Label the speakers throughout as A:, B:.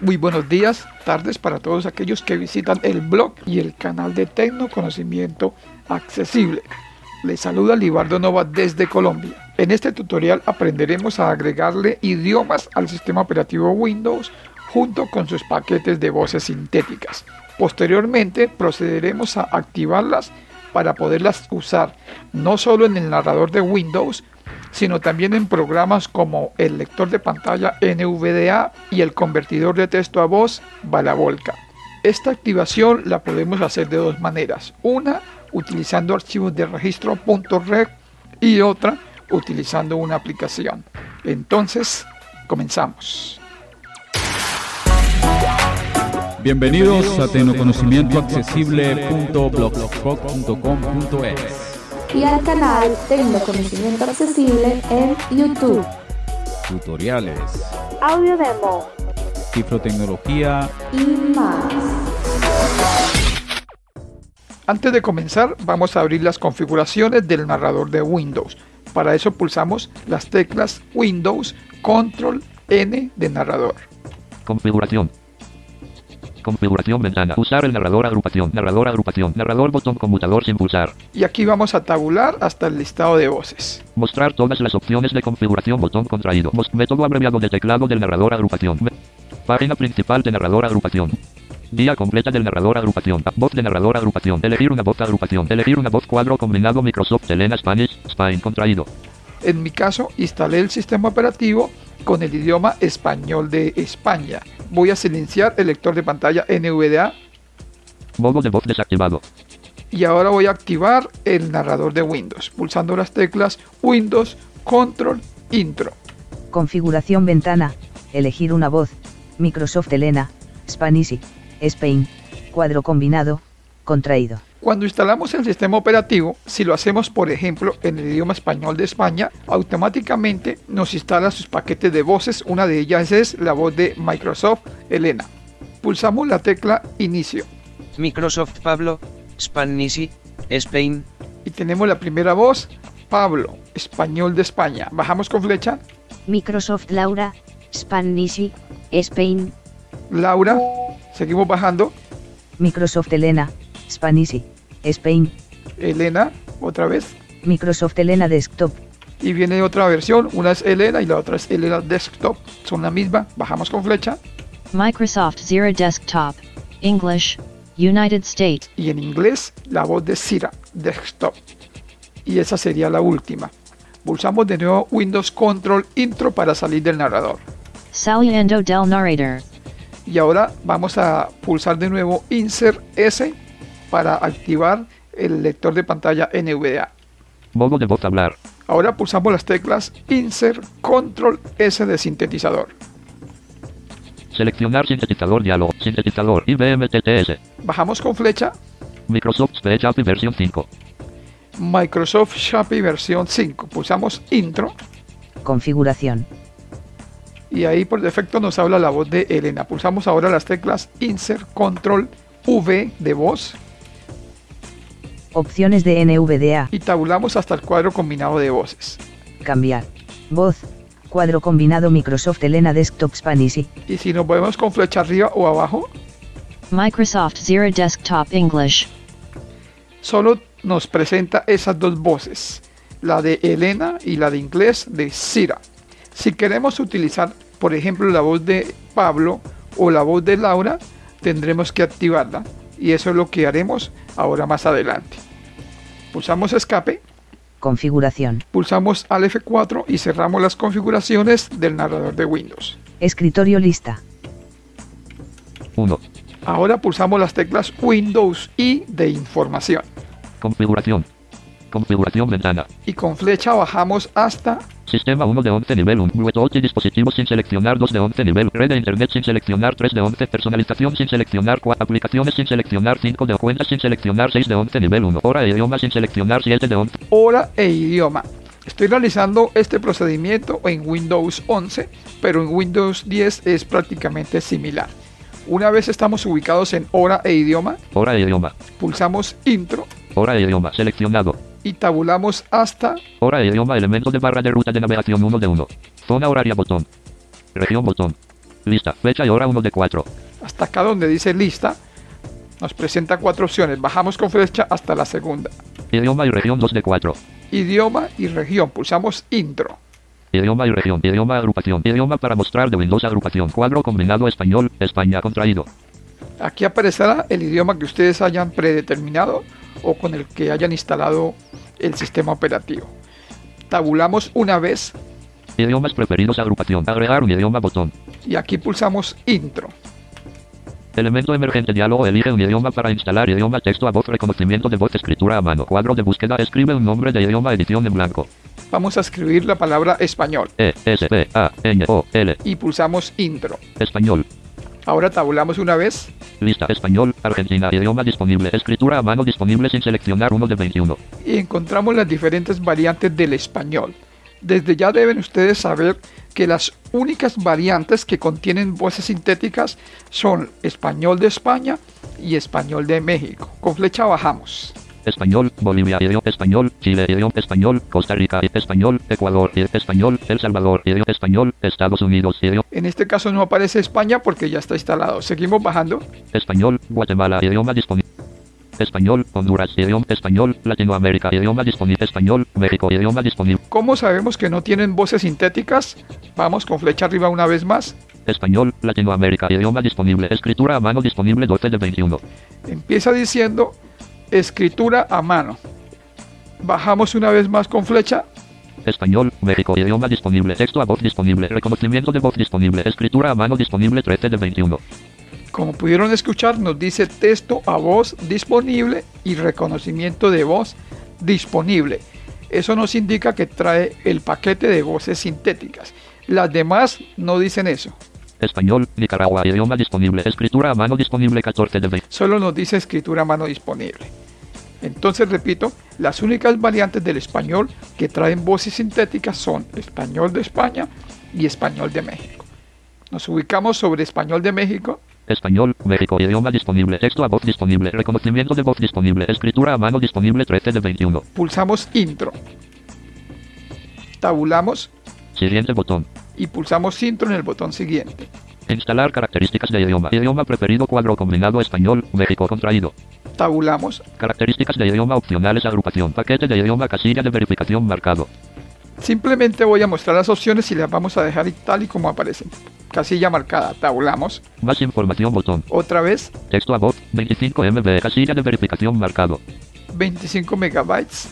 A: Muy buenos días, tardes para todos aquellos que visitan el blog y el canal de Tecnoconocimiento Accesible. Les saluda Libardo Nova desde Colombia. En este tutorial aprenderemos a agregarle idiomas al sistema operativo Windows junto con sus paquetes de voces sintéticas. Posteriormente procederemos a activarlas para poderlas usar no solo en el narrador de Windows, sino también en programas como el lector de pantalla NVDA y el convertidor de texto a voz Balavolca. Esta activación la podemos hacer de dos maneras, una utilizando archivos de registro.reg y otra utilizando una aplicación. Entonces, comenzamos.
B: Bienvenidos, Bienvenidos a tecnoconocimientoaccesible.blogspot.com.es
C: y al canal Tecnoconocimiento Accesible en YouTube.
B: Tutoriales,
C: audio demo,
B: cifrotecnología
C: y más.
A: Antes de comenzar, vamos a abrir las configuraciones del narrador de Windows. Para eso pulsamos las teclas Windows Control N de narrador.
D: Configuración. Configuración ventana. Usar el narrador agrupación. Narrador agrupación. Narrador botón conmutador sin pulsar.
A: Y aquí vamos a tabular hasta el listado de voces.
D: Mostrar todas las opciones de configuración botón contraído. Most método abreviado de teclado del narrador agrupación. Me Página principal de narrador agrupación. Guía completa del narrador agrupación. Voz de narrador agrupación. Elegir una voz agrupación. Elegir una voz cuadro combinado Microsoft Elena Spanish. Spine contraído.
A: En mi caso, instalé el sistema operativo con el idioma español de España. Voy a silenciar el lector de pantalla NVDA.
D: Modo de voz desactivado.
A: Y ahora voy a activar el narrador de Windows, pulsando las teclas Windows, Control, Intro.
E: Configuración ventana, elegir una voz, Microsoft Elena, Spanish, Spain, cuadro combinado, contraído.
A: Cuando instalamos el sistema operativo, si lo hacemos por ejemplo en el idioma español de España, automáticamente nos instala sus paquetes de voces, una de ellas es la voz de Microsoft Elena. Pulsamos la tecla Inicio.
F: Microsoft Pablo, Spanish, Spain.
A: Y tenemos la primera voz, Pablo, español de España. Bajamos con flecha.
G: Microsoft Laura, Spanish, Spain.
A: Laura, seguimos bajando.
E: Manishi, Elena, Spanish, Spain.
A: Elena, otra vez.
E: Microsoft Elena Desktop.
A: Y viene otra versión, una es Elena y la otra es Elena Desktop, son la misma, bajamos con flecha.
G: Microsoft Zira Desktop, English, United States.
A: Y en inglés, la voz de Zira Desktop. Y esa sería la última. Pulsamos de nuevo Windows Control Intro para salir del narrador.
G: Saliendo del narrator.
A: Y ahora vamos a pulsar de nuevo Insert S para activar el lector de pantalla NVDA.
D: Modo de voz hablar.
A: Ahora pulsamos las teclas Insert Control S de sintetizador.
D: Seleccionar sintetizador diálogo, sintetizador IBM TTS.
A: Bajamos con flecha.
D: Microsoft Shapi versión 5.
A: Microsoft Shapi versión 5. Pulsamos Intro.
E: Configuración.
A: Y ahí por defecto nos habla la voz de Elena. Pulsamos ahora las teclas Insert Control V de voz.
E: Opciones de NVDA.
A: Y tabulamos hasta el cuadro combinado de voces.
E: Cambiar. Voz. Cuadro combinado Microsoft Elena Desktop Spanish.
A: Y si nos movemos con flecha arriba o abajo.
G: Microsoft Zero Desktop English.
A: Solo nos presenta esas dos voces. La de Elena y la de inglés de Sira. Si queremos utilizar, por ejemplo, la voz de Pablo o la voz de Laura, tendremos que activarla y eso es lo que haremos ahora más adelante. Pulsamos escape.
E: Configuración.
A: Pulsamos al F4 y cerramos las configuraciones del narrador de Windows.
E: Escritorio lista.
D: 1.
A: Ahora pulsamos las teclas Windows y de información.
D: Configuración. Configuración ventana.
A: Y con flecha bajamos hasta
D: Sistema 1 de 11 nivel 1. Bluetooth y dispositivos sin seleccionar 2 de 11 nivel. Red de internet sin seleccionar 3 de 11. Personalización sin seleccionar 4. Aplicaciones sin seleccionar 5 de cuentas sin seleccionar 6 de 11 nivel 1. Hora e idioma sin seleccionar 7 de 11.
A: Hora e idioma. Estoy realizando este procedimiento en Windows 11, pero en Windows 10 es prácticamente similar. Una vez estamos ubicados en hora e idioma.
D: Hora e idioma.
A: Pulsamos intro.
D: Hora e idioma seleccionado
A: y tabulamos hasta
D: hora de idioma elemento de barra de ruta de navegación 1 de 1 zona horaria botón región botón Lista. Fecha y hora 1 de 4.
A: Hasta acá donde dice lista, nos presenta cuatro opciones. Bajamos con flecha hasta la segunda.
D: Idioma y región 2 de 4.
A: Idioma y región. Pulsamos intro.
D: Idioma y región. Idioma agrupación. Idioma para mostrar de Windows agrupación. Cuadro combinado español. España contraído.
A: Aquí aparecerá el idioma que ustedes hayan predeterminado o con el que hayan instalado el sistema operativo. Tabulamos una vez
D: Idiomas preferidos agrupación. Agregar un idioma botón.
A: y aquí pulsamos intro.
D: Elemento emergente diálogo elige un idioma para instalar idioma texto a voz reconocimiento de voz escritura a mano cuadro de búsqueda escribe un nombre de idioma edición en blanco
A: Vamos a escribir la palabra español
D: E S P A N O L
A: y pulsamos intro.
D: español
A: Ahora tabulamos una vez
D: lista español Argentina idioma disponible escritura a mano disponible sin seleccionar uno de 21
A: y encontramos las diferentes variantes del español. Desde ya deben ustedes saber que las únicas variantes que contienen voces sintéticas son español de España y español de México. Con flecha bajamos.
D: español Bolivia idioma español Chile idioma español Costa Rica i- español Ecuador i- español El Salvador idioma español Estados Unidos idioma
A: En este caso no aparece España porque ya está instalado. Seguimos bajando.
D: Español, Guatemala, idioma disponible. Español, Honduras, idioma español, Latinoamérica, idioma disponible. Español, México, idioma disponible.
A: ¿Cómo sabemos que no tienen voces sintéticas? Vamos con flecha arriba una vez más.
D: Español, Latinoamérica, idioma disponible. Escritura a mano disponible 12 de 21.
A: Empieza diciendo escritura a mano. Bajamos una vez más con flecha
D: Español, México, idioma disponible. Texto a voz disponible. Reconocimiento de voz disponible. Escritura a mano disponible 13 de 21.
A: Como pudieron escuchar, nos dice texto a voz disponible y reconocimiento de voz disponible. Eso nos indica que trae el paquete de voces sintéticas. Las demás no dicen eso,
D: Español, Nicaragua, idioma disponible. Escritura a mano disponible 14 de 20.
A: solo nos dice escritura a mano disponible. Entonces, repito, las únicas variantes del español que traen voces sintéticas son español de España y español de México. Nos ubicamos sobre español de México
D: Español, México, idioma disponible. Texto a voz disponible. Reconocimiento de voz disponible. Escritura a mano disponible 13 de 21.
A: pulsamos intro, tabulamos
D: Siguiente botón.
A: y pulsamos intro en el botón siguiente.
D: Instalar características de idioma. Idioma preferido cuadro combinado español, México contraído.
A: Tabulamos,
D: Características de idioma opcionales agrupación. Paquete de idioma casilla de verificación marcado.
A: simplemente voy a mostrar las opciones y las vamos a dejar y tal y como aparecen. Casilla marcada, tabulamos,
D: Más información botón.
A: otra vez
D: Texto a voz. 25 MB. Casilla de verificación marcado.
A: 25 megabytes,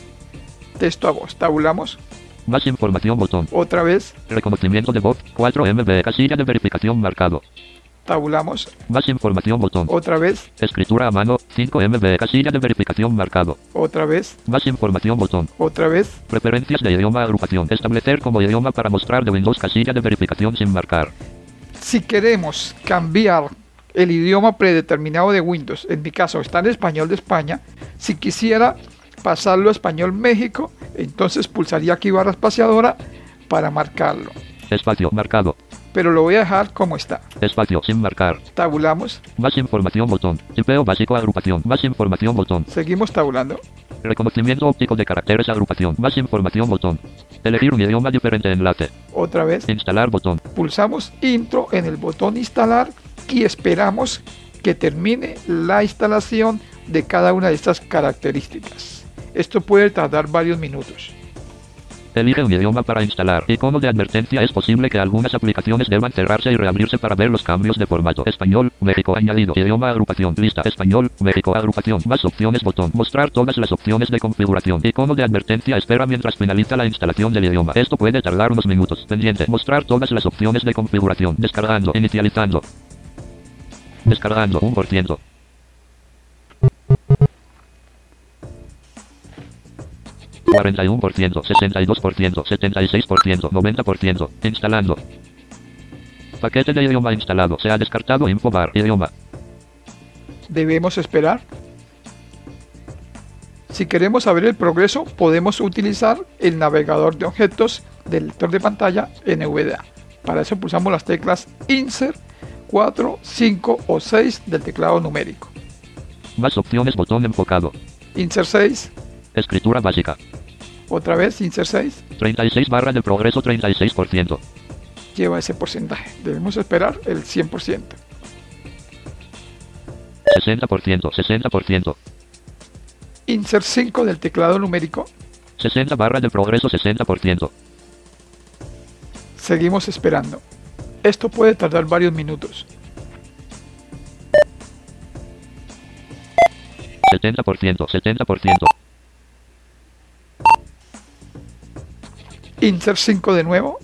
A: texto a voz, tabulamos,
D: Más información botón.
A: otra vez,
D: Reconocimiento de voz. 4 MB. Casilla de verificación marcado.
A: tabulamos,
D: Más información botón.
A: otra vez,
D: Escritura a mano. 5 MB. Casilla de verificación marcado.
A: otra vez,
D: Más información botón.
A: otra vez,
D: Preferencias de idioma agrupación. Establecer como idioma para mostrar de Windows casilla de verificación sin marcar.
A: Si queremos cambiar el idioma predeterminado de Windows, en mi caso está en español de España, si quisiera pasarlo a español México, entonces pulsaría aquí barra espaciadora para marcarlo.
D: Espacio marcado.
A: Pero lo voy a dejar como está.
D: Espacio sin marcar.
A: Tabulamos,
D: Más información botón. Tipeo básico agrupación. Más información botón.
A: seguimos tabulando,
D: Reconocimiento óptico de caracteres agrupación. Más información botón. Elegir un idioma diferente enlace.
A: otra vez,
D: Instalar botón.
A: pulsamos intro en el botón instalar y esperamos que termine la instalación de cada una de estas características. Esto puede tardar varios minutos.
D: Elige un idioma para instalar. Icono de advertencia. Es posible que algunas aplicaciones deban cerrarse y reabrirse para ver los cambios de formato. Español, México añadido. Idioma agrupación. Lista. Español, México agrupación. Más opciones botón. Mostrar todas las opciones de configuración. Icono de advertencia. Espera mientras finaliza la instalación del idioma. Esto puede tardar unos minutos. Pendiente. Mostrar todas las opciones de configuración. Descargando. Inicializando. Descargando. 1%. ¿41%? ¿62%? ¿76%? ¿90%? Instalando. Paquete de idioma instalado. Se ha descartado Infobar. Idioma.
A: debemos esperar? Si queremos saber el progreso, podemos utilizar el navegador de objetos del lector de pantalla NVDA. Para eso pulsamos las teclas Insert 4, 5 o 6 del teclado numérico.
D: Más opciones. Botón enfocado.
A: Insert 6,
D: Escritura básica.
A: otra vez Insert 6,
D: 36 barra de progreso 36%.
A: lleva ese porcentaje. Debemos esperar el 100%.
D: 60%, 60%,
A: Insert 5 del teclado numérico.
D: 60 barra de progreso, 60%,
A: Seguimos esperando. Esto puede tardar varios minutos.
D: 70%, 70%,
A: Insert 5 de nuevo.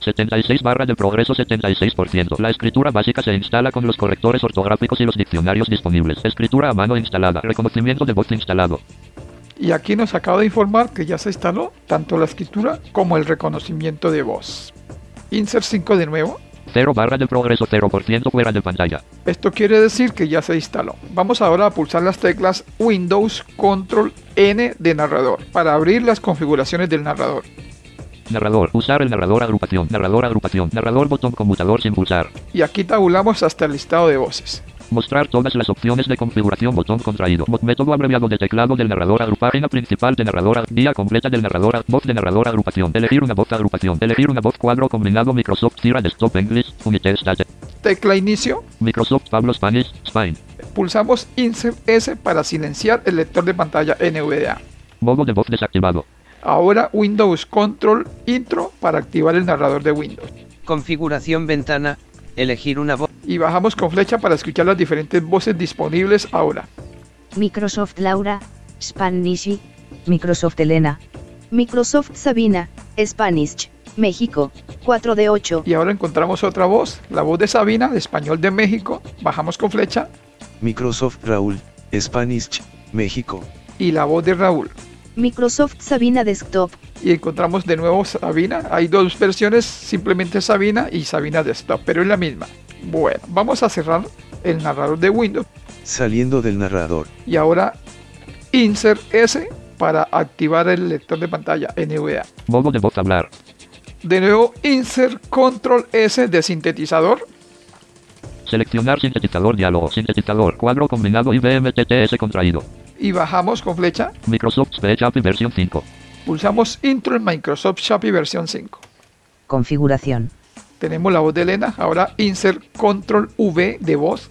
D: 76 barra de progreso, 76%. La escritura básica se instala con los correctores ortográficos y los diccionarios disponibles. Escritura a mano instalada, reconocimiento de voz instalado.
A: Y aquí nos acaba de informar que ya se instaló tanto la escritura como el reconocimiento de voz. Insert 5 de nuevo.
D: 0 barra de progreso, 0% fuera de pantalla.
A: Esto quiere decir que ya se instaló. Vamos ahora a pulsar las teclas Windows Control N de narrador para abrir las configuraciones del narrador.
D: Narrador, usar el narrador agrupación, narrador agrupación, narrador botón conmutador sin pulsar.
A: Y aquí tabulamos hasta el listado de voces.
D: Mostrar todas las opciones de configuración botón contraído. Mo- Método abreviado de teclado del narrador. agru- Página principal de narradora. Guía completa del narrador. ag- Voz de narrador agrupación. Elegir una voz agrupación. Elegir una voz cuadro combinado Microsoft Cira Desktop English. Unité State.
A: Tecla inicio.
D: Microsoft Pablo Spanish. Spine.
A: Pulsamos Insert S para silenciar el lector de pantalla NVDA.
D: Modo de voz desactivado.
A: Ahora Windows Control Intro para activar el narrador de Windows.
F: Configuración ventana. Elegir una voz.
A: Y bajamos con flecha para escuchar las diferentes voces disponibles ahora.
H: Microsoft Laura, Spanish,
E: Microsoft Elena,
H: Microsoft Sabina, Spanish, México, 4 de 8,
A: Y ahora encontramos otra voz, la voz de Sabina, de español de México. Bajamos con flecha
I: Microsoft Raúl, Spanish, México.
A: y la voz de Raúl.
H: Microsoft Sabina Desktop,
A: y encontramos de nuevo Sabina. Hay dos versiones, simplemente Sabina y Sabina Desktop, pero es la misma. Bueno, vamos a cerrar el narrador de Windows
I: Saliendo del narrador.
A: y ahora Insert S para activar el lector de pantalla NVDA.
D: Modo de voz hablar.
A: De nuevo Insert Control S de sintetizador
D: Seleccionar sintetizador diálogo. Sintetizador cuadro combinado IBM TTS contraído.
A: y bajamos con flecha.
D: Microsoft Speech API versión 5.
A: Pulsamos Intro en Microsoft Shopee versión 5.
E: configuración,
A: Tenemos la voz de Elena, ahora Insert Control V de voz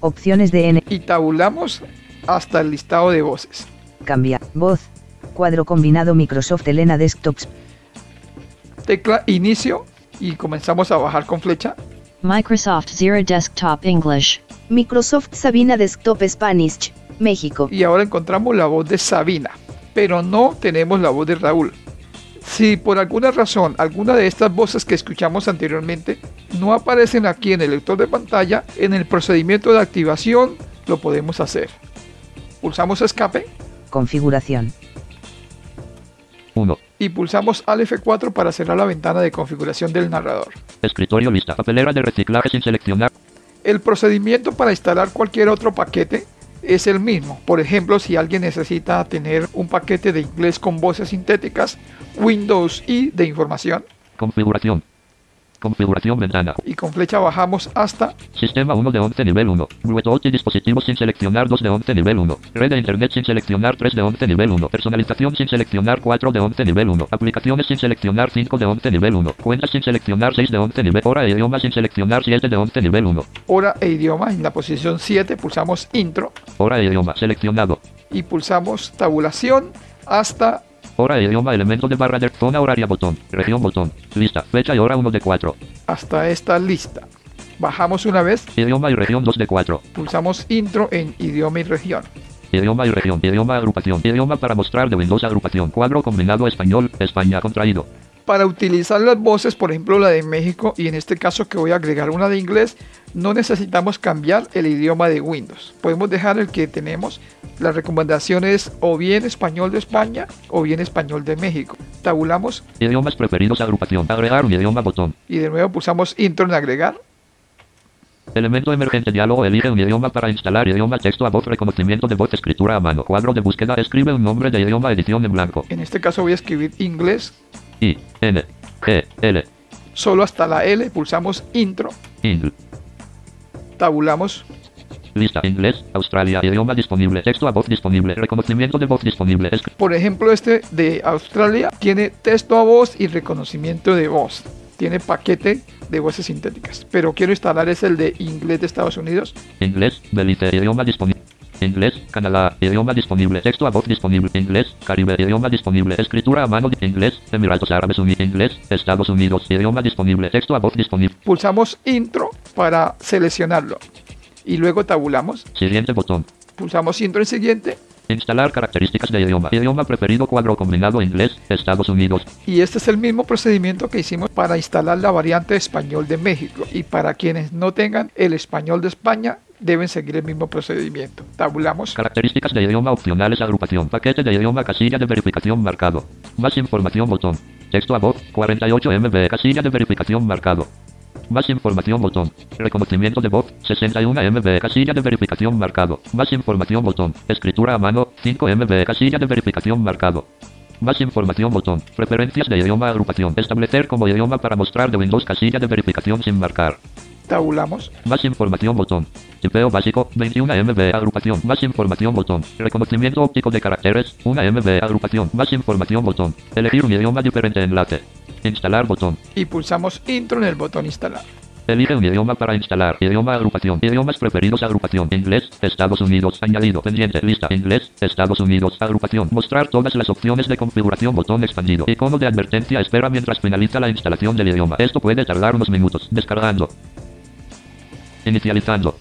E: opciones de N,
A: y tabulamos hasta el listado de voces.
E: cambia, voz, cuadro combinado Microsoft Elena Desktops,
A: tecla inicio y comenzamos a bajar con flecha
G: Microsoft Zero Desktop English.
H: Microsoft Sabina Desktop Spanish, México.
A: y ahora encontramos la voz de Sabina, pero no tenemos la voz de Raúl. Si por alguna razón alguna de estas voces que escuchamos anteriormente no aparecen aquí en el lector de pantalla, en el procedimiento de activación lo podemos hacer. Pulsamos escape
E: configuración,
D: 1.
A: y pulsamos al F4 para cerrar la ventana de configuración del narrador.
D: Escritorio lista. Papelera de reciclaje sin seleccionar.
A: El procedimiento para instalar cualquier otro paquete es el mismo. Por ejemplo, si alguien necesita tener un paquete de inglés con voces sintéticas, Windows y de información,
D: Configuración. Configuración ventana.
A: y con flecha bajamos hasta
D: Sistema 1 de 11 nivel 1. Bluetooth y dispositivos sin seleccionar 2 de 11 nivel 1. Red de internet sin seleccionar 3 de 11 nivel 1. Personalización sin seleccionar 4 de 11 nivel 1. Aplicaciones sin seleccionar 5 de 11 nivel 1. Cuentas sin seleccionar 6 de 11 nivel. Hora e idioma sin seleccionar 7 de 11 nivel 1.
A: hora e idioma en la posición 7, pulsamos intro
D: Hora e idioma seleccionado.
A: y pulsamos tabulación hasta
D: Hora e idioma elemento de barra de zona horaria botón. Región botón. Lista. Fecha y hora 1 de 4.
A: hasta esta lista. Bajamos una vez,
D: Idioma y región 2 de 4.
A: pulsamos intro en idioma y región.
D: Idioma y región. Idioma agrupación. Idioma para mostrar de Windows agrupación. Cuadro combinado español. España contraído.
A: Para utilizar las voces, por ejemplo la de México y en este caso que voy a agregar una de inglés, no necesitamos cambiar el idioma de Windows. Podemos dejar el que tenemos. La recomendación es o bien español de España o bien español de México. Tabulamos
D: Idiomas preferidos agrupación. Agregar un idioma botón.
A: y de nuevo pulsamos intro en agregar.
D: Elemento emergente diálogo. Elige un idioma para instalar idioma texto a voz. Reconocimiento de voz. Escritura a mano. Cuadro de búsqueda. Escribe un nombre de idioma edición en blanco.
A: En este caso voy a escribir inglés.
D: I. N. G. L.
A: Solo hasta la L pulsamos intro.
D: Ingl.
A: Tabulamos
D: Lista. Inglés. Australia. Idioma disponible. Texto a voz disponible. Reconocimiento de voz disponible. Esc-
A: Por ejemplo, este de Australia tiene texto a voz y reconocimiento de voz. tiene paquete de voces sintéticas. Pero quiero instalar es el de inglés de Estados Unidos.
D: Inglés, Belice, idioma disponible. Inglés, Canadá, idioma disponible. Texto a voz disponible. Inglés, Caribe, idioma disponible. Escritura a mano. di- Inglés, Emiratos Árabes Unidos. Inglés, Estados Unidos, idioma disponible. Texto a voz disponible.
A: Pulsamos intro para seleccionarlo. Y luego tabulamos.
D: Siguiente botón.
A: Pulsamos intro en siguiente.
D: Instalar características de idioma. Idioma preferido cuadro combinado inglés, Estados Unidos.
A: Y este es el mismo procedimiento que hicimos para instalar la variante español de México. Y para quienes no tengan el español de España, deben seguir el mismo procedimiento. Tabulamos.
D: Características de idioma opcionales agrupación. Paquete de idioma casilla de verificación marcado. Más información botón. Texto a voz 48 MB casilla de verificación marcado. Más información botón. Reconocimiento de voz 61 MB casilla de verificación marcado. Más información botón. Escritura a mano 5 MB casilla de verificación marcado. Más información botón. Preferencias de idioma agrupación. Establecer como idioma para mostrar de Windows casilla de verificación sin marcar.
A: Tabulamos.
D: Más información botón. Tipeo básico, 21 MB agrupación. Más información botón. Reconocimiento óptico de caracteres, 1 MB agrupación. Más información botón. Elegir un idioma diferente enlace. Instalar botón.
A: Y pulsamos intro en el botón instalar.
D: Elige un idioma para instalar. Idioma agrupación. Idiomas preferidos agrupación. Inglés, Estados Unidos. Añadido. Pendiente. Lista. Inglés, Estados Unidos. Agrupación. Mostrar todas las opciones de configuración. Botón expandido. Icono de advertencia. Espera mientras finaliza la instalación del idioma. Esto puede tardar unos minutos. Descargando. Inicializando.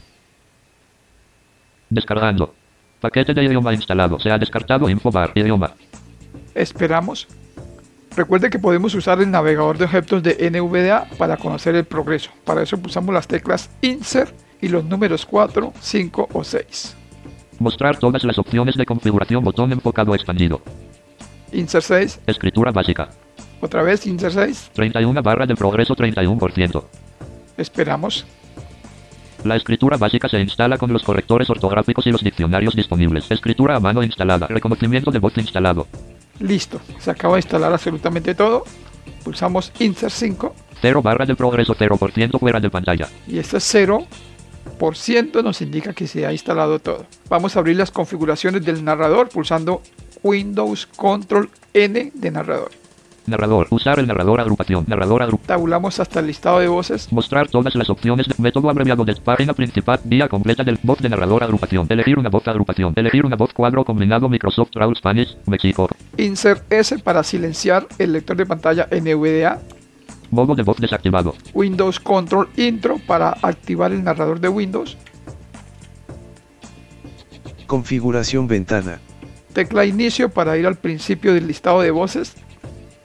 D: Descargando. Paquete de idioma instalado. Se ha descartado infobar. Idioma.
A: Esperamos. Recuerde que podemos usar el navegador de objetos de NVDA para conocer el progreso. Para eso pulsamos las teclas insert y los números 4, 5 o 6.
D: Mostrar todas las opciones de configuración. Botón enfocado expandido.
A: Insert 6,
D: Escritura básica.
A: otra vez insert 6.
D: 31 barra de progreso 31%.
A: Esperamos.
D: La escritura básica se instala con los correctores ortográficos y los diccionarios disponibles. Escritura a mano instalada. Reconocimiento de voz instalado.
A: Listo. Se acaba de instalar absolutamente todo. Pulsamos insert 5
D: Cero barra de progreso 0% fuera de pantalla.
A: y este 0% nos indica que se ha instalado todo. Vamos a abrir las configuraciones del narrador pulsando Windows Control N de narrador.
D: Narrador. Usar el narrador agrupación. Narrador agrup.
A: Tabulamos hasta el listado de voces.
D: Mostrar todas las opciones de método abreviado de página principal. Vía completa del voz de narrador agrupación. Elegir una voz agrupación. Elegir una voz cuadro combinado Microsoft Traul Spanish, México.
A: Insert S para silenciar el lector de pantalla NVDA.
D: Modo de voz desactivado.
A: Windows Control Intro para activar el narrador de Windows.
I: Configuración ventana.
A: Tecla inicio para ir al principio del listado de voces.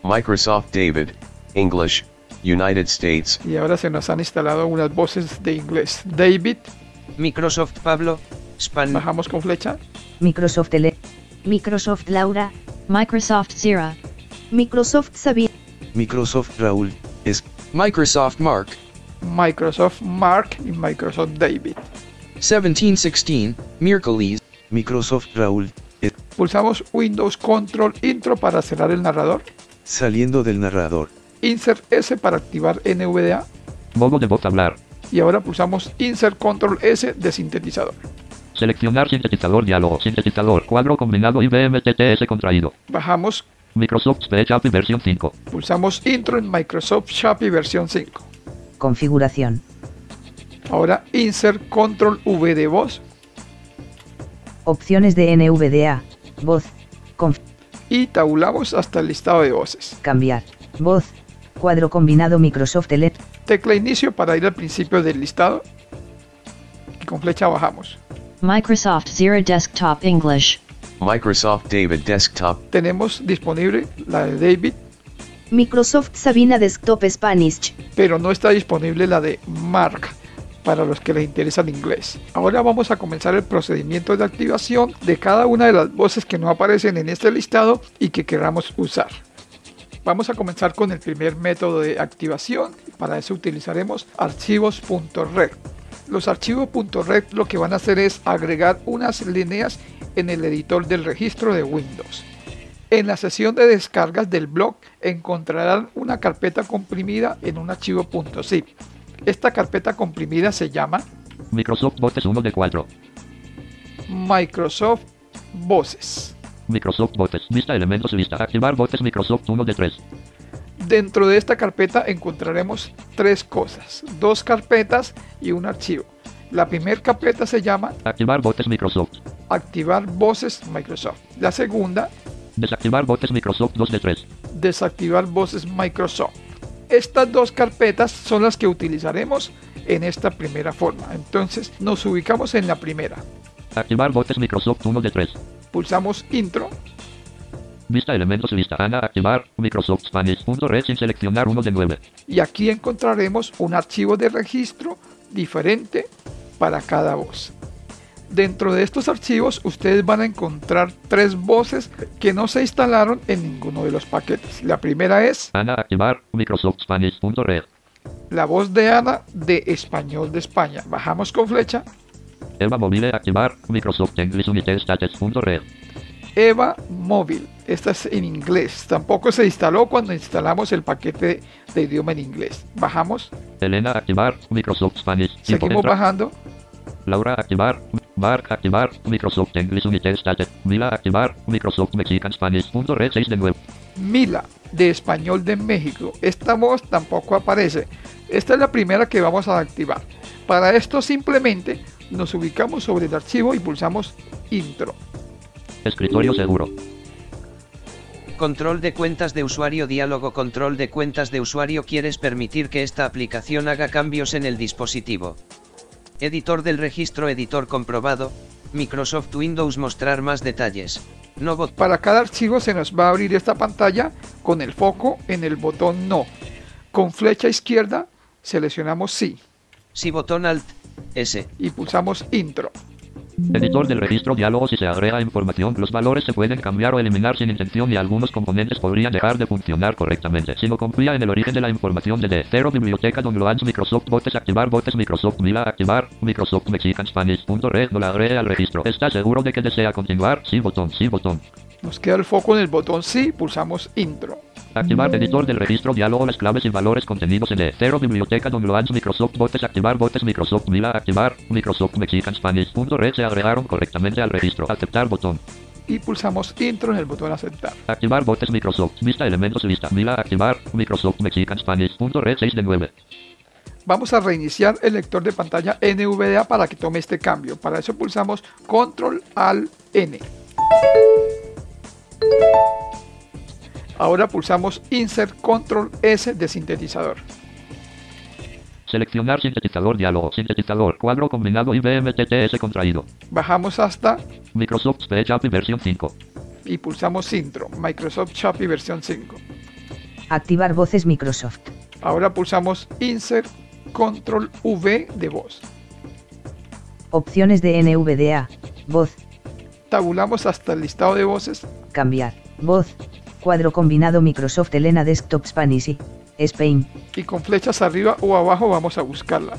J: Microsoft David, English, United States,
A: Y ahora se nos han instalado unas voces de inglés. David,
F: Microsoft Pablo, Span,
A: bajamos con flecha.
E: Microsoft E, Tele,
H: Microsoft Laura,
G: Microsoft Sierra.
H: Microsoft Sabina,
I: Microsoft Raúl, es
F: Microsoft Mark,
A: Microsoft Mark y Microsoft David.
F: 1716, Miracles,
I: Microsoft Raúl, es
A: Pulsamos Windows Control Intro para cerrar el narrador.
I: saliendo del narrador.
A: Insert S para activar NVDA.
D: Modo de voz hablar.
A: Y ahora pulsamos Insert Control S de sintetizador.
D: Seleccionar sintetizador diálogo. Sintetizador. Cuadro combinado IBM TTS contraído.
A: Bajamos,
D: Microsoft Speech API versión 5.
A: pulsamos Intro en Microsoft Shopee versión 5.
E: configuración,
A: Ahora Insert Control V de voz
E: opciones de NVDA, voz, conf-
A: y tabulamos hasta el listado de voces.
E: cambiar, voz, cuadro combinado Microsoft E, LED,
A: Tecla inicio para ir al principio del listado. Y con flecha bajamos.
G: Microsoft Zero Desktop English.
J: Microsoft David Desktop,
A: Tenemos disponible la de David,
H: Microsoft Sabina Desktop Spanish,
A: pero no está disponible la de Mark para los que les interesa el inglés. Ahora vamos a comenzar el procedimiento de activación de cada una de las voces que no aparecen en este listado y que queramos usar. Vamos a comenzar con el primer método de activación. Para eso utilizaremos archivos.red. Los archivos .red lo que van a hacer es agregar unas líneas en el editor del registro de Windows. En la sesión de descargas del blog encontrarán una carpeta comprimida en un archivo .zip. Esta carpeta comprimida se llama
D: Microsoft Voces 1 de 4.
A: Microsoft Voces.
D: Microsoft Voces. Vista elementos lista. Activar Voces Microsoft 1 de 3.
A: Dentro de esta carpeta encontraremos tres cosas, dos carpetas y un archivo. La primera carpeta se llama
D: Activar botes Microsoft.
A: Activar voces Microsoft. La segunda,
D: Desactivar botes Microsoft 2 de 3.
A: Desactivar voces Microsoft. Estas dos carpetas son las que utilizaremos en esta primera forma. Entonces nos ubicamos en la primera.
D: Activar botes Microsoft 1 de 3.
A: Pulsamos intro.
D: Vista elementos y vista Ana. Activar Microsoft Spanish.red sin seleccionar uno de 9.
A: y aquí encontraremos un archivo de registro diferente para cada voz. Dentro de estos archivos ustedes van a encontrar tres voces que no se instalaron en ninguno de los paquetes. La primera es
D: Ana. Activar Microsoft Spanish.red.
A: la voz de Ana de Español de España. Bajamos con flecha.
D: Eva Mobile. Activar Microsoft English Unite Status.red.
A: Eva Móvil. Esta es en inglés. Tampoco se instaló cuando instalamos el paquete de idioma en inglés. Bajamos,
D: Elena. Activar Microsoft Spanish. Tiempo
A: seguimos
D: extra.
A: bajando.
D: Laura. Activar. Mark. Activar Microsoft English Unite Status. Mila. Activar Microsoft Mexican Spanish.red 6 de 9.
A: Mila, de Español de México. Esta voz tampoco aparece. Esta es la primera que vamos a activar. Para esto simplemente nos ubicamos sobre el archivo y pulsamos intro.
D: Escritorio seguro.
F: Control de cuentas de usuario Diálogo Control de cuentas de usuario ¿Quieres permitir que esta aplicación haga cambios en el dispositivo? Editor del registro Editor comprobado Microsoft Windows Mostrar más detalles No bot
A: Para cada archivo se nos va a abrir esta pantalla con el foco en el botón no. Con flecha izquierda seleccionamos sí
F: Si botón Alt S
A: y pulsamos intro.
D: Editor del registro diálogo si se agrega información los valores se pueden cambiar o eliminar sin intención y algunos componentes podrían dejar de funcionar correctamente. Si no confía en el origen de la información desde cero biblioteca downloads Microsoft botes activar botes Microsoft Mila activar Microsoft Mexican Spanish.red no la agregue al registro. ¿Está seguro de que desea continuar? Sí botón, sí botón.
A: Nos queda el foco en el botón sí, pulsamos intro.
D: Activar editor del registro diálogo las claves y valores contenidos en cero biblioteca downloads Microsoft botes activar botes Microsoft Mila activar Microsoft Mexican Spanish.red se agregaron correctamente al registro. Aceptar botón.
A: Y pulsamos intro en el botón aceptar.
D: Activar botes Microsoft. Vista elementos lista. Mila activar Microsoft Mexican Spanish.red 6 de 9.
A: Vamos a reiniciar el lector de pantalla NVDA para que tome este cambio. Para eso pulsamos Control al N. Ahora pulsamos Insert Control S de sintetizador.
D: Seleccionar sintetizador diálogo. Sintetizador. Cuadro combinado IBM TTS contraído.
A: Bajamos hasta
D: Microsoft Speech API versión 5.
A: y pulsamos Intro, Microsoft Shopee versión 5.
K: Activar voces Microsoft.
A: Ahora pulsamos Insert Control V de voz.
K: Opciones de NVDA. Voz.
A: Tabulamos hasta el listado de voces.
K: Cambiar. Voz. Cuadro combinado Microsoft Elena Desktop Spanish y Spain.
A: Y con flechas arriba o abajo vamos a buscarla.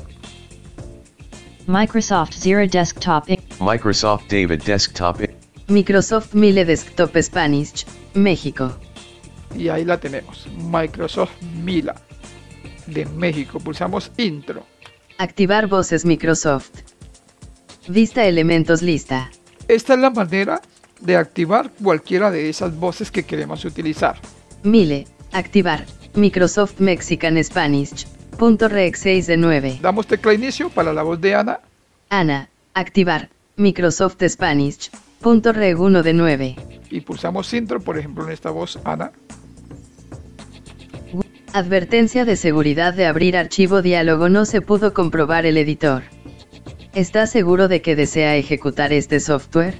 L: Microsoft Zero Desktop. I-
I: Microsoft David Desktop.
E: Microsoft Mile Desktop Spanish, México.
A: Y ahí la tenemos. Microsoft Mila de México. Pulsamos Intro.
E: Activar voces Microsoft. Vista elementos lista.
A: Esta es la manera de activar cualquiera de esas voces que queremos utilizar.
E: Mile, activar. Microsoft Mexican Spanish. Punto rec 6 de 9.
A: Damos tecla inicio para la voz de Ana.
E: Ana, activar. Microsoft Spanish. Punto reg 1 de 9.
A: Y pulsamos Intro, por ejemplo, en esta voz Ana.
E: Advertencia de seguridad de abrir archivo diálogo no se pudo comprobar el editor. ¿Está seguro de que desea ejecutar este software?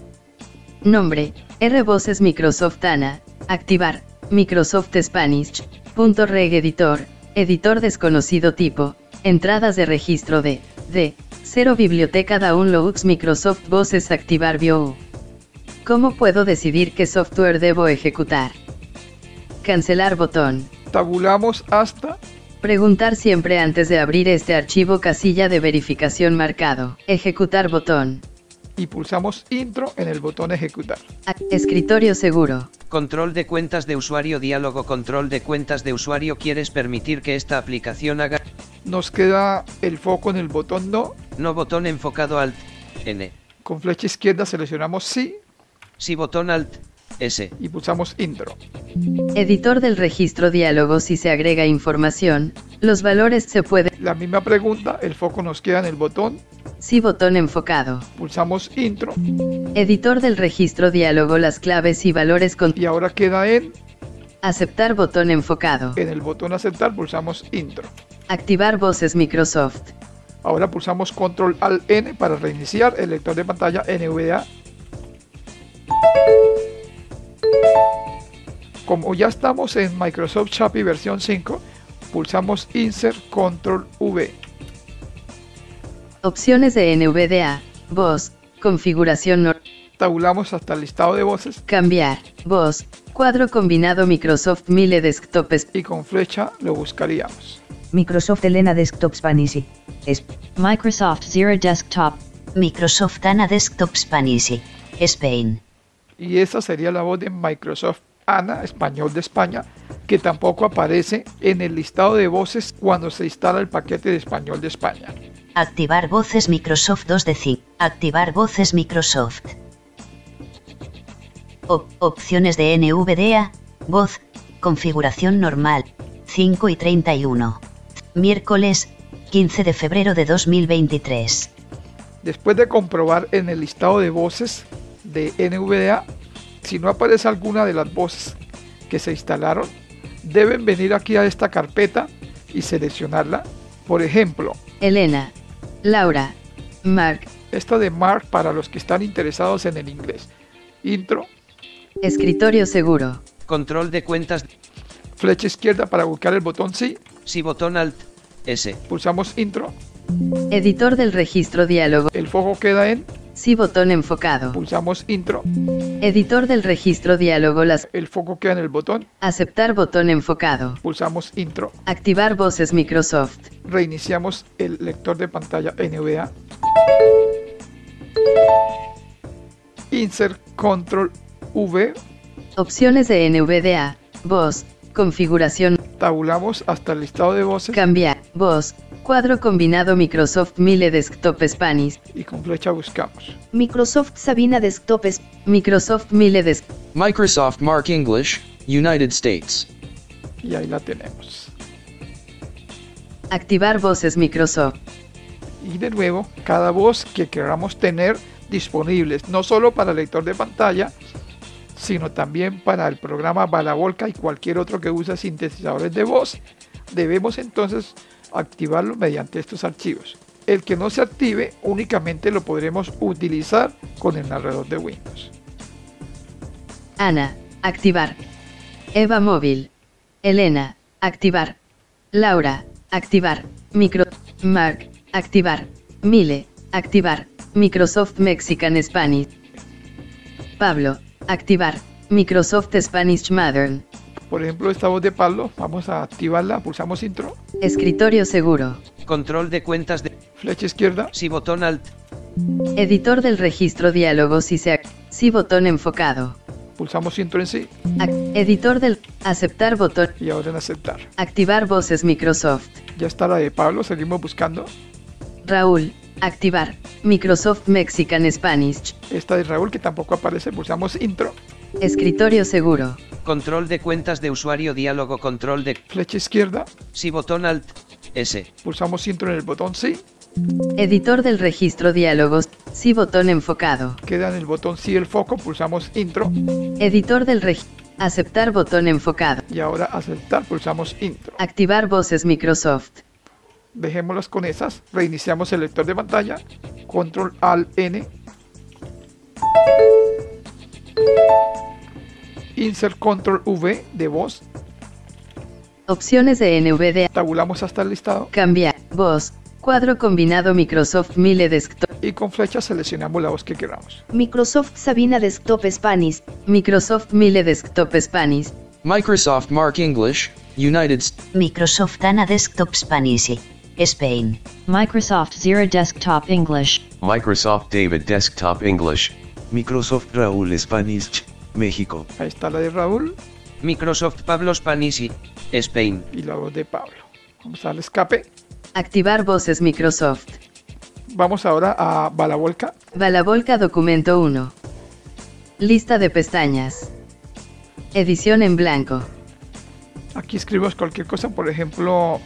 E: Nombre, R voces Microsoft ANA, activar, Microsoft Spanish, punto reg editor, editor desconocido tipo, entradas de registro de, D, 0 biblioteca downloads Microsoft voces activar bio. ¿Cómo puedo decidir qué software debo ejecutar? Cancelar botón.
A: Tabulamos hasta
E: Preguntar siempre antes de abrir este archivo casilla de verificación marcado. Ejecutar botón.
A: y pulsamos Intro en el botón Ejecutar.
E: A- Escritorio seguro.
F: Control de cuentas de usuario Diálogo Control de cuentas de usuario ¿Quieres permitir que esta aplicación haga
A: Nos queda el foco en el botón No.
F: No botón enfocado Alt N
A: Con flecha izquierda seleccionamos Sí
F: Si botón Alt S.
A: Y pulsamos intro.
H: Editor del registro diálogo si se agrega información, los valores se pueden...
A: La misma pregunta, el foco nos queda en el botón.
H: Sí, botón enfocado.
A: Pulsamos intro.
H: Editor del registro diálogo las claves y valores con...
A: Y ahora queda en...
H: Aceptar botón enfocado.
A: En el botón aceptar pulsamos intro.
H: Activar voces Microsoft.
A: Ahora pulsamos control al N para reiniciar el lector de pantalla NVDA. Como ya estamos en Microsoft Chapi versión 5, pulsamos Insert Control V.
H: Opciones de NVDA. Voz. Configuración nor-
A: Tabulamos hasta el listado de voces
H: Cambiar. Voz. Cuadro combinado Microsoft Mile Desktop. es-
A: y con flecha lo buscaríamos.
E: Microsoft Elena Desktop Spanish. Es
G: Microsoft Zero Desktop.
M: Microsoft ANA Desktop Spanish. Spain.
A: Y esa sería la voz de Microsoft Ana, español de España, que tampoco aparece en el listado de voces cuando se instala el paquete de español de España.
M: Activar voces Microsoft 2 de 5. Activar voces Microsoft. Op- opciones de NVDA. Voz. Configuración normal. 5 y 31. Miércoles. 15 de febrero de 2023.
A: Después de comprobar en el listado de voces de NVDA, si no aparece alguna de las voces que se instalaron, deben venir aquí a esta carpeta y seleccionarla. Por ejemplo,
H: Elena. Laura. Mark.
A: esta de Mark para los que están interesados en el inglés. Intro,
H: Escritorio seguro.
F: Control de cuentas.
A: flecha izquierda para buscar el botón sí,
F: Si botón Alt. S.
A: pulsamos intro,
H: Editor del registro diálogo.
A: el foco queda en,
H: Sí, botón enfocado.
A: pulsamos intro,
H: Editor del registro diálogo las...
A: el foco queda en el botón,
H: Aceptar botón enfocado.
A: pulsamos intro,
H: Activar voces Microsoft.
A: reiniciamos el lector de pantalla NVDA. Insert Control V,
H: Opciones de NVDA. Voz. Configuración.
A: tabulamos hasta el listado de voces
H: Cambiar. Voz. Cuadro combinado Microsoft Mile Desktop Spanish.
A: y con flecha buscamos.
H: Microsoft Sabina Desktop Microsoft Mile Desktop.
N: Microsoft Mark English, United States.
A: Y ahí la tenemos.
H: Activar voces Microsoft.
A: Y de nuevo, cada voz que queramos tener disponibles, no solo para el lector de pantalla, sino también para el programa Balabolca y cualquier otro que usa sintetizadores de voz, debemos entonces activarlo mediante estos archivos. El que no se active únicamente lo podremos utilizar con el narrador de Windows.
H: Ana. Activar. Eva Móvil. Elena. Activar. Laura. Activar. Micro. Mark. Activar. Mile. Activar. Microsoft Mexican Spanish. Pablo. Activar. Microsoft Spanish Modern.
A: Por ejemplo, esta voz de Pablo, vamos a activarla, pulsamos intro,
H: Escritorio seguro.
F: Control de cuentas de.
A: flecha izquierda,
F: Si botón Alt.
H: Editor del registro diálogo si se ac- si botón enfocado.
A: pulsamos intro en sí
H: Ac- editor del aceptar botón.
A: y ahora en aceptar.
H: Activar voces Microsoft.
A: Ya está la de Pablo, seguimos buscando.
H: Raúl. Activar. Microsoft Mexican Spanish.
A: Esta de Raúl que tampoco aparece, pulsamos intro,
H: Escritorio seguro.
F: Control de cuentas de usuario diálogo control de
A: flecha izquierda,
F: si botón alt S
A: pulsamos intro en el botón sí,
H: Editor del registro diálogos. Sí botón enfocado.
A: queda en el botón sí el foco, pulsamos intro
H: Editor del reg aceptar botón enfocado.
A: y ahora aceptar, pulsamos intro.
H: Activar voces Microsoft.
A: Dejémoslas con esas, reiniciamos el lector de pantalla, control al N, insert control V de voz,
H: Opciones de NVDA.
A: tabulamos hasta el listado
H: Cambiar. Voz. Cuadro combinado Microsoft Mile Desktop.
A: y con flecha seleccionamos la voz que queramos.
E: Microsoft Sabina Desktop Spanish.
H: Microsoft Mile Desktop Spanish.
N: Microsoft Mark English, United States.
M: Microsoft ANA Desktop Spanish. Spain.
G: Microsoft Zero Desktop English.
J: Microsoft David Desktop English.
I: Microsoft Raúl Spanish, México.
A: Ahí está la de Raúl
F: Microsoft Pablo Spanisi Spain
A: y la voz de Pablo. Vamos al escape.
H: Activar voces Microsoft.
A: Vamos ahora a Balabolca.
H: Balabolca documento 1. Lista de pestañas. Edición en blanco.
A: Aquí escribimos cualquier cosa, por ejemplo,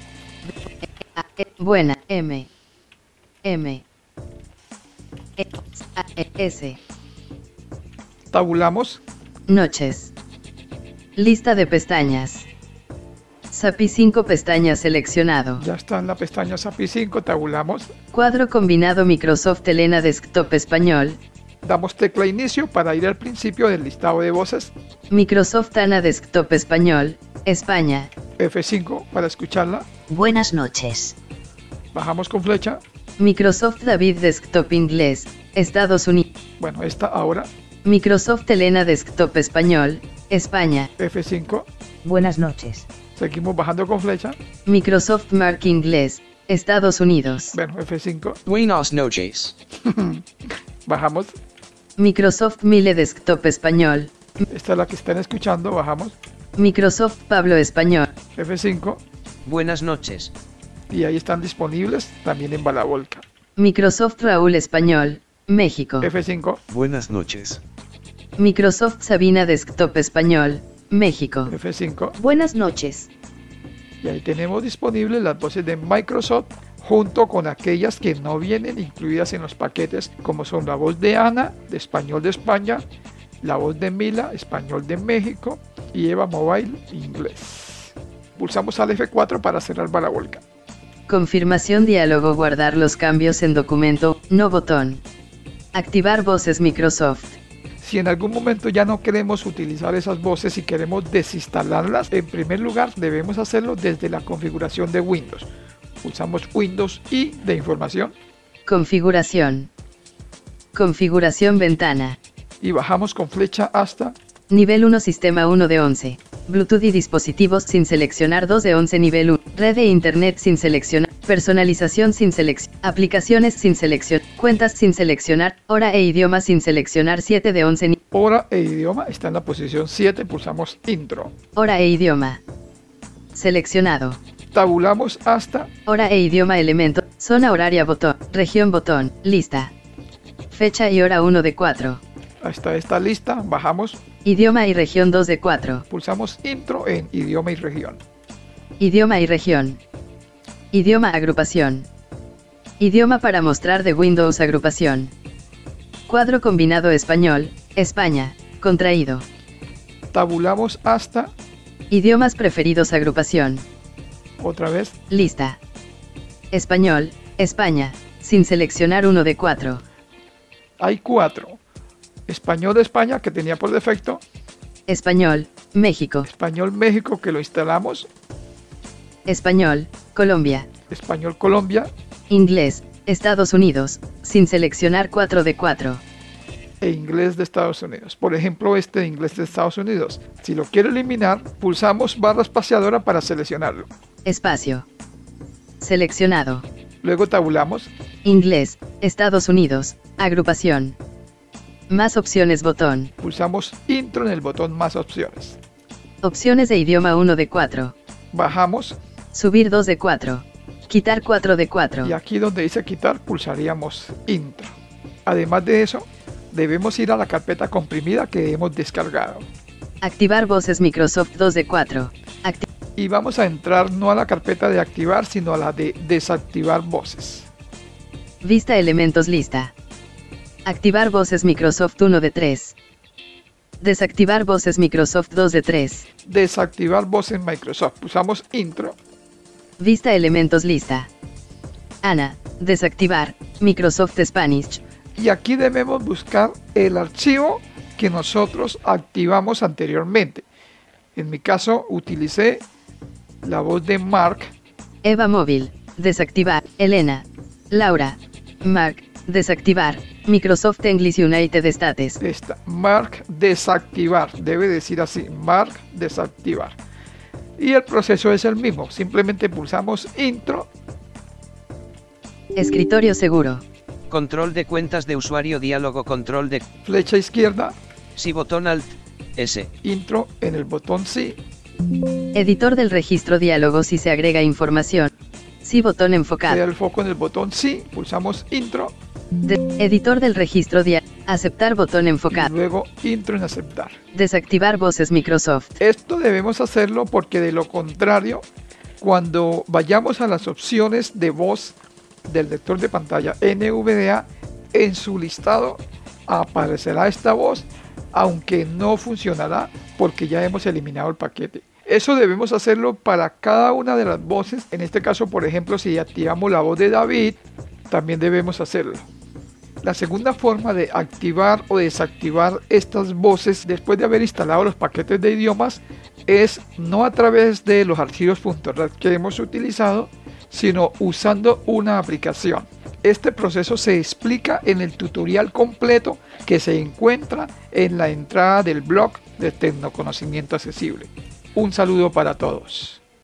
H: E- Buena. M. M. E- A- E- S.
A: tabulamos.
H: Noches. Lista de pestañas. SAPI 5 pestañas seleccionado.
A: Ya está en la pestaña SAPI 5, tabulamos.
H: Cuadro combinado Microsoft Elena Desktop Español.
A: Damos tecla inicio para ir al principio del listado de voces.
H: Microsoft ANA Desktop Español. España.
A: F5 para escucharla.
M: Buenas noches.
A: Bajamos con flecha.
H: Microsoft David Desktop Inglés. Estados Unidos.
A: Bueno, esta ahora.
H: Microsoft Elena Desktop Español. España.
A: F5.
E: Buenas noches.
A: Seguimos bajando con flecha.
H: Microsoft Mark Inglés. Estados Unidos.
A: Bueno, F5.
N: Buenos noches.
A: Bajamos.
H: Microsoft Mile Desktop Español.
A: Esta es la que están escuchando. Bajamos.
H: Microsoft Pablo Español.
A: F5.
F: Buenas noches.
A: Y ahí están disponibles también en Balabolca.
H: Microsoft Raúl Español. México.
A: F5.
I: Buenas noches.
H: Microsoft Sabina Desktop Español. México.
A: F5.
H: Buenas noches.
A: Y ahí tenemos disponibles las voces de Microsoft junto con aquellas que no vienen incluidas en los paquetes, como son la voz de Ana, de español de España, la voz de Mila, español de México, y Eva Mobile, inglés. Pulsamos al F4 para cerrar Balabolca.
H: Confirmación diálogo guardar los cambios en documento, no botón. Activar voces Microsoft.
A: Si en algún momento ya no queremos utilizar esas voces y queremos desinstalarlas, en primer lugar debemos hacerlo desde la configuración de Windows. Pulsamos Windows y de información
H: Configuración. Configuración ventana.
A: y bajamos con flecha hasta
H: Nivel 1 Sistema 1 de 11. Bluetooth y dispositivos sin seleccionar 2 de 11 nivel 1. Red e Internet sin seleccionar. Personalización sin seleccionar. Aplicaciones sin seleccionar. Cuentas sin seleccionar. Hora e idioma sin seleccionar 7 de 11 ni-
A: hora e idioma. Está en la posición 7, pulsamos intro.
H: Hora e idioma. Seleccionado.
A: Tabulamos hasta
H: Hora e idioma elemento. Zona horaria botón. Región botón. Lista. Fecha y hora 1 de 4.
A: hasta esta lista, bajamos,
H: Idioma y región 2 de 4.
A: pulsamos intro en idioma y región.
H: Idioma y región. Idioma agrupación. Idioma para mostrar de Windows agrupación. Cuadro combinado español, España, contraído.
A: Tabulamos hasta
H: Idiomas preferidos agrupación.
A: otra vez
H: Lista. Español, España, sin seleccionar uno de cuatro.
A: hay 4. Español de España que tenía por defecto,
H: Español, México,
A: español México que lo instalamos,
H: Español, Colombia,
A: español Colombia
H: Inglés, Estados Unidos, sin seleccionar cuatro de cuatro.
A: e inglés de Estados Unidos. Por ejemplo, este de inglés de Estados Unidos. Si lo quiero eliminar, pulsamos barra espaciadora para seleccionarlo.
H: Espacio. Seleccionado.
A: Luego tabulamos,
H: Inglés, Estados Unidos, agrupación. Más opciones botón.
A: pulsamos intro en el botón más opciones.
H: Opciones de idioma 1 de 4.
A: Bajamos
H: Subir 2 de 4. Quitar 4 de 4.
A: Y aquí donde dice quitar pulsaríamos intro. Además de eso, debemos ir a la carpeta comprimida que hemos descargado.
H: Activar voces Microsoft 2 de 4.
A: Y vamos a entrar no a la carpeta de activar, sino a la de desactivar voces.
H: Vista elementos lista. Activar voces Microsoft 1 de 3. Desactivar voces Microsoft 2 de 3.
A: Desactivar voces en Microsoft. Pulsamos intro.
H: Vista elementos lista. Ana, desactivar, Microsoft Spanish.
A: Y aquí debemos buscar el archivo que nosotros activamos anteriormente. En mi caso utilicé la voz de Mark.
H: Eva Móvil. Desactivar. Elena. Laura. Mark. Desactivar. Microsoft English United States.
A: Esta. Mark desactivar. Debe decir así. Mark desactivar. Y el proceso es el mismo. Simplemente pulsamos intro.
H: Escritorio seguro.
F: Control de cuentas de usuario diálogo control de
A: Flecha izquierda.
F: si botón alt S.
A: Intro en el botón sí.
H: Editor del registro diálogo si se agrega información. Sí botón
A: Queda
H: enfocado.
A: el foco en el botón sí. Pulsamos intro.
H: De- editor del registro de aceptar botón enfocado.
A: Luego intro en aceptar.
H: Desactivar voces Microsoft.
A: Esto debemos hacerlo porque de lo contrario, cuando vayamos a las opciones de voz del lector de pantalla NVDA, en su listado aparecerá esta voz, aunque no funcionará porque ya hemos eliminado el paquete. Eso debemos hacerlo para cada una de las voces. En este caso, por ejemplo, si activamos la voz de David, también debemos hacerlo. La segunda forma de activar o desactivar estas voces después de haber instalado los paquetes de idiomas es no a través de los archivos .rat que hemos utilizado, sino usando una aplicación. Este proceso se explica en el tutorial completo que se encuentra en la entrada del blog de Tecnoconocimiento Accesible. Un saludo para todos.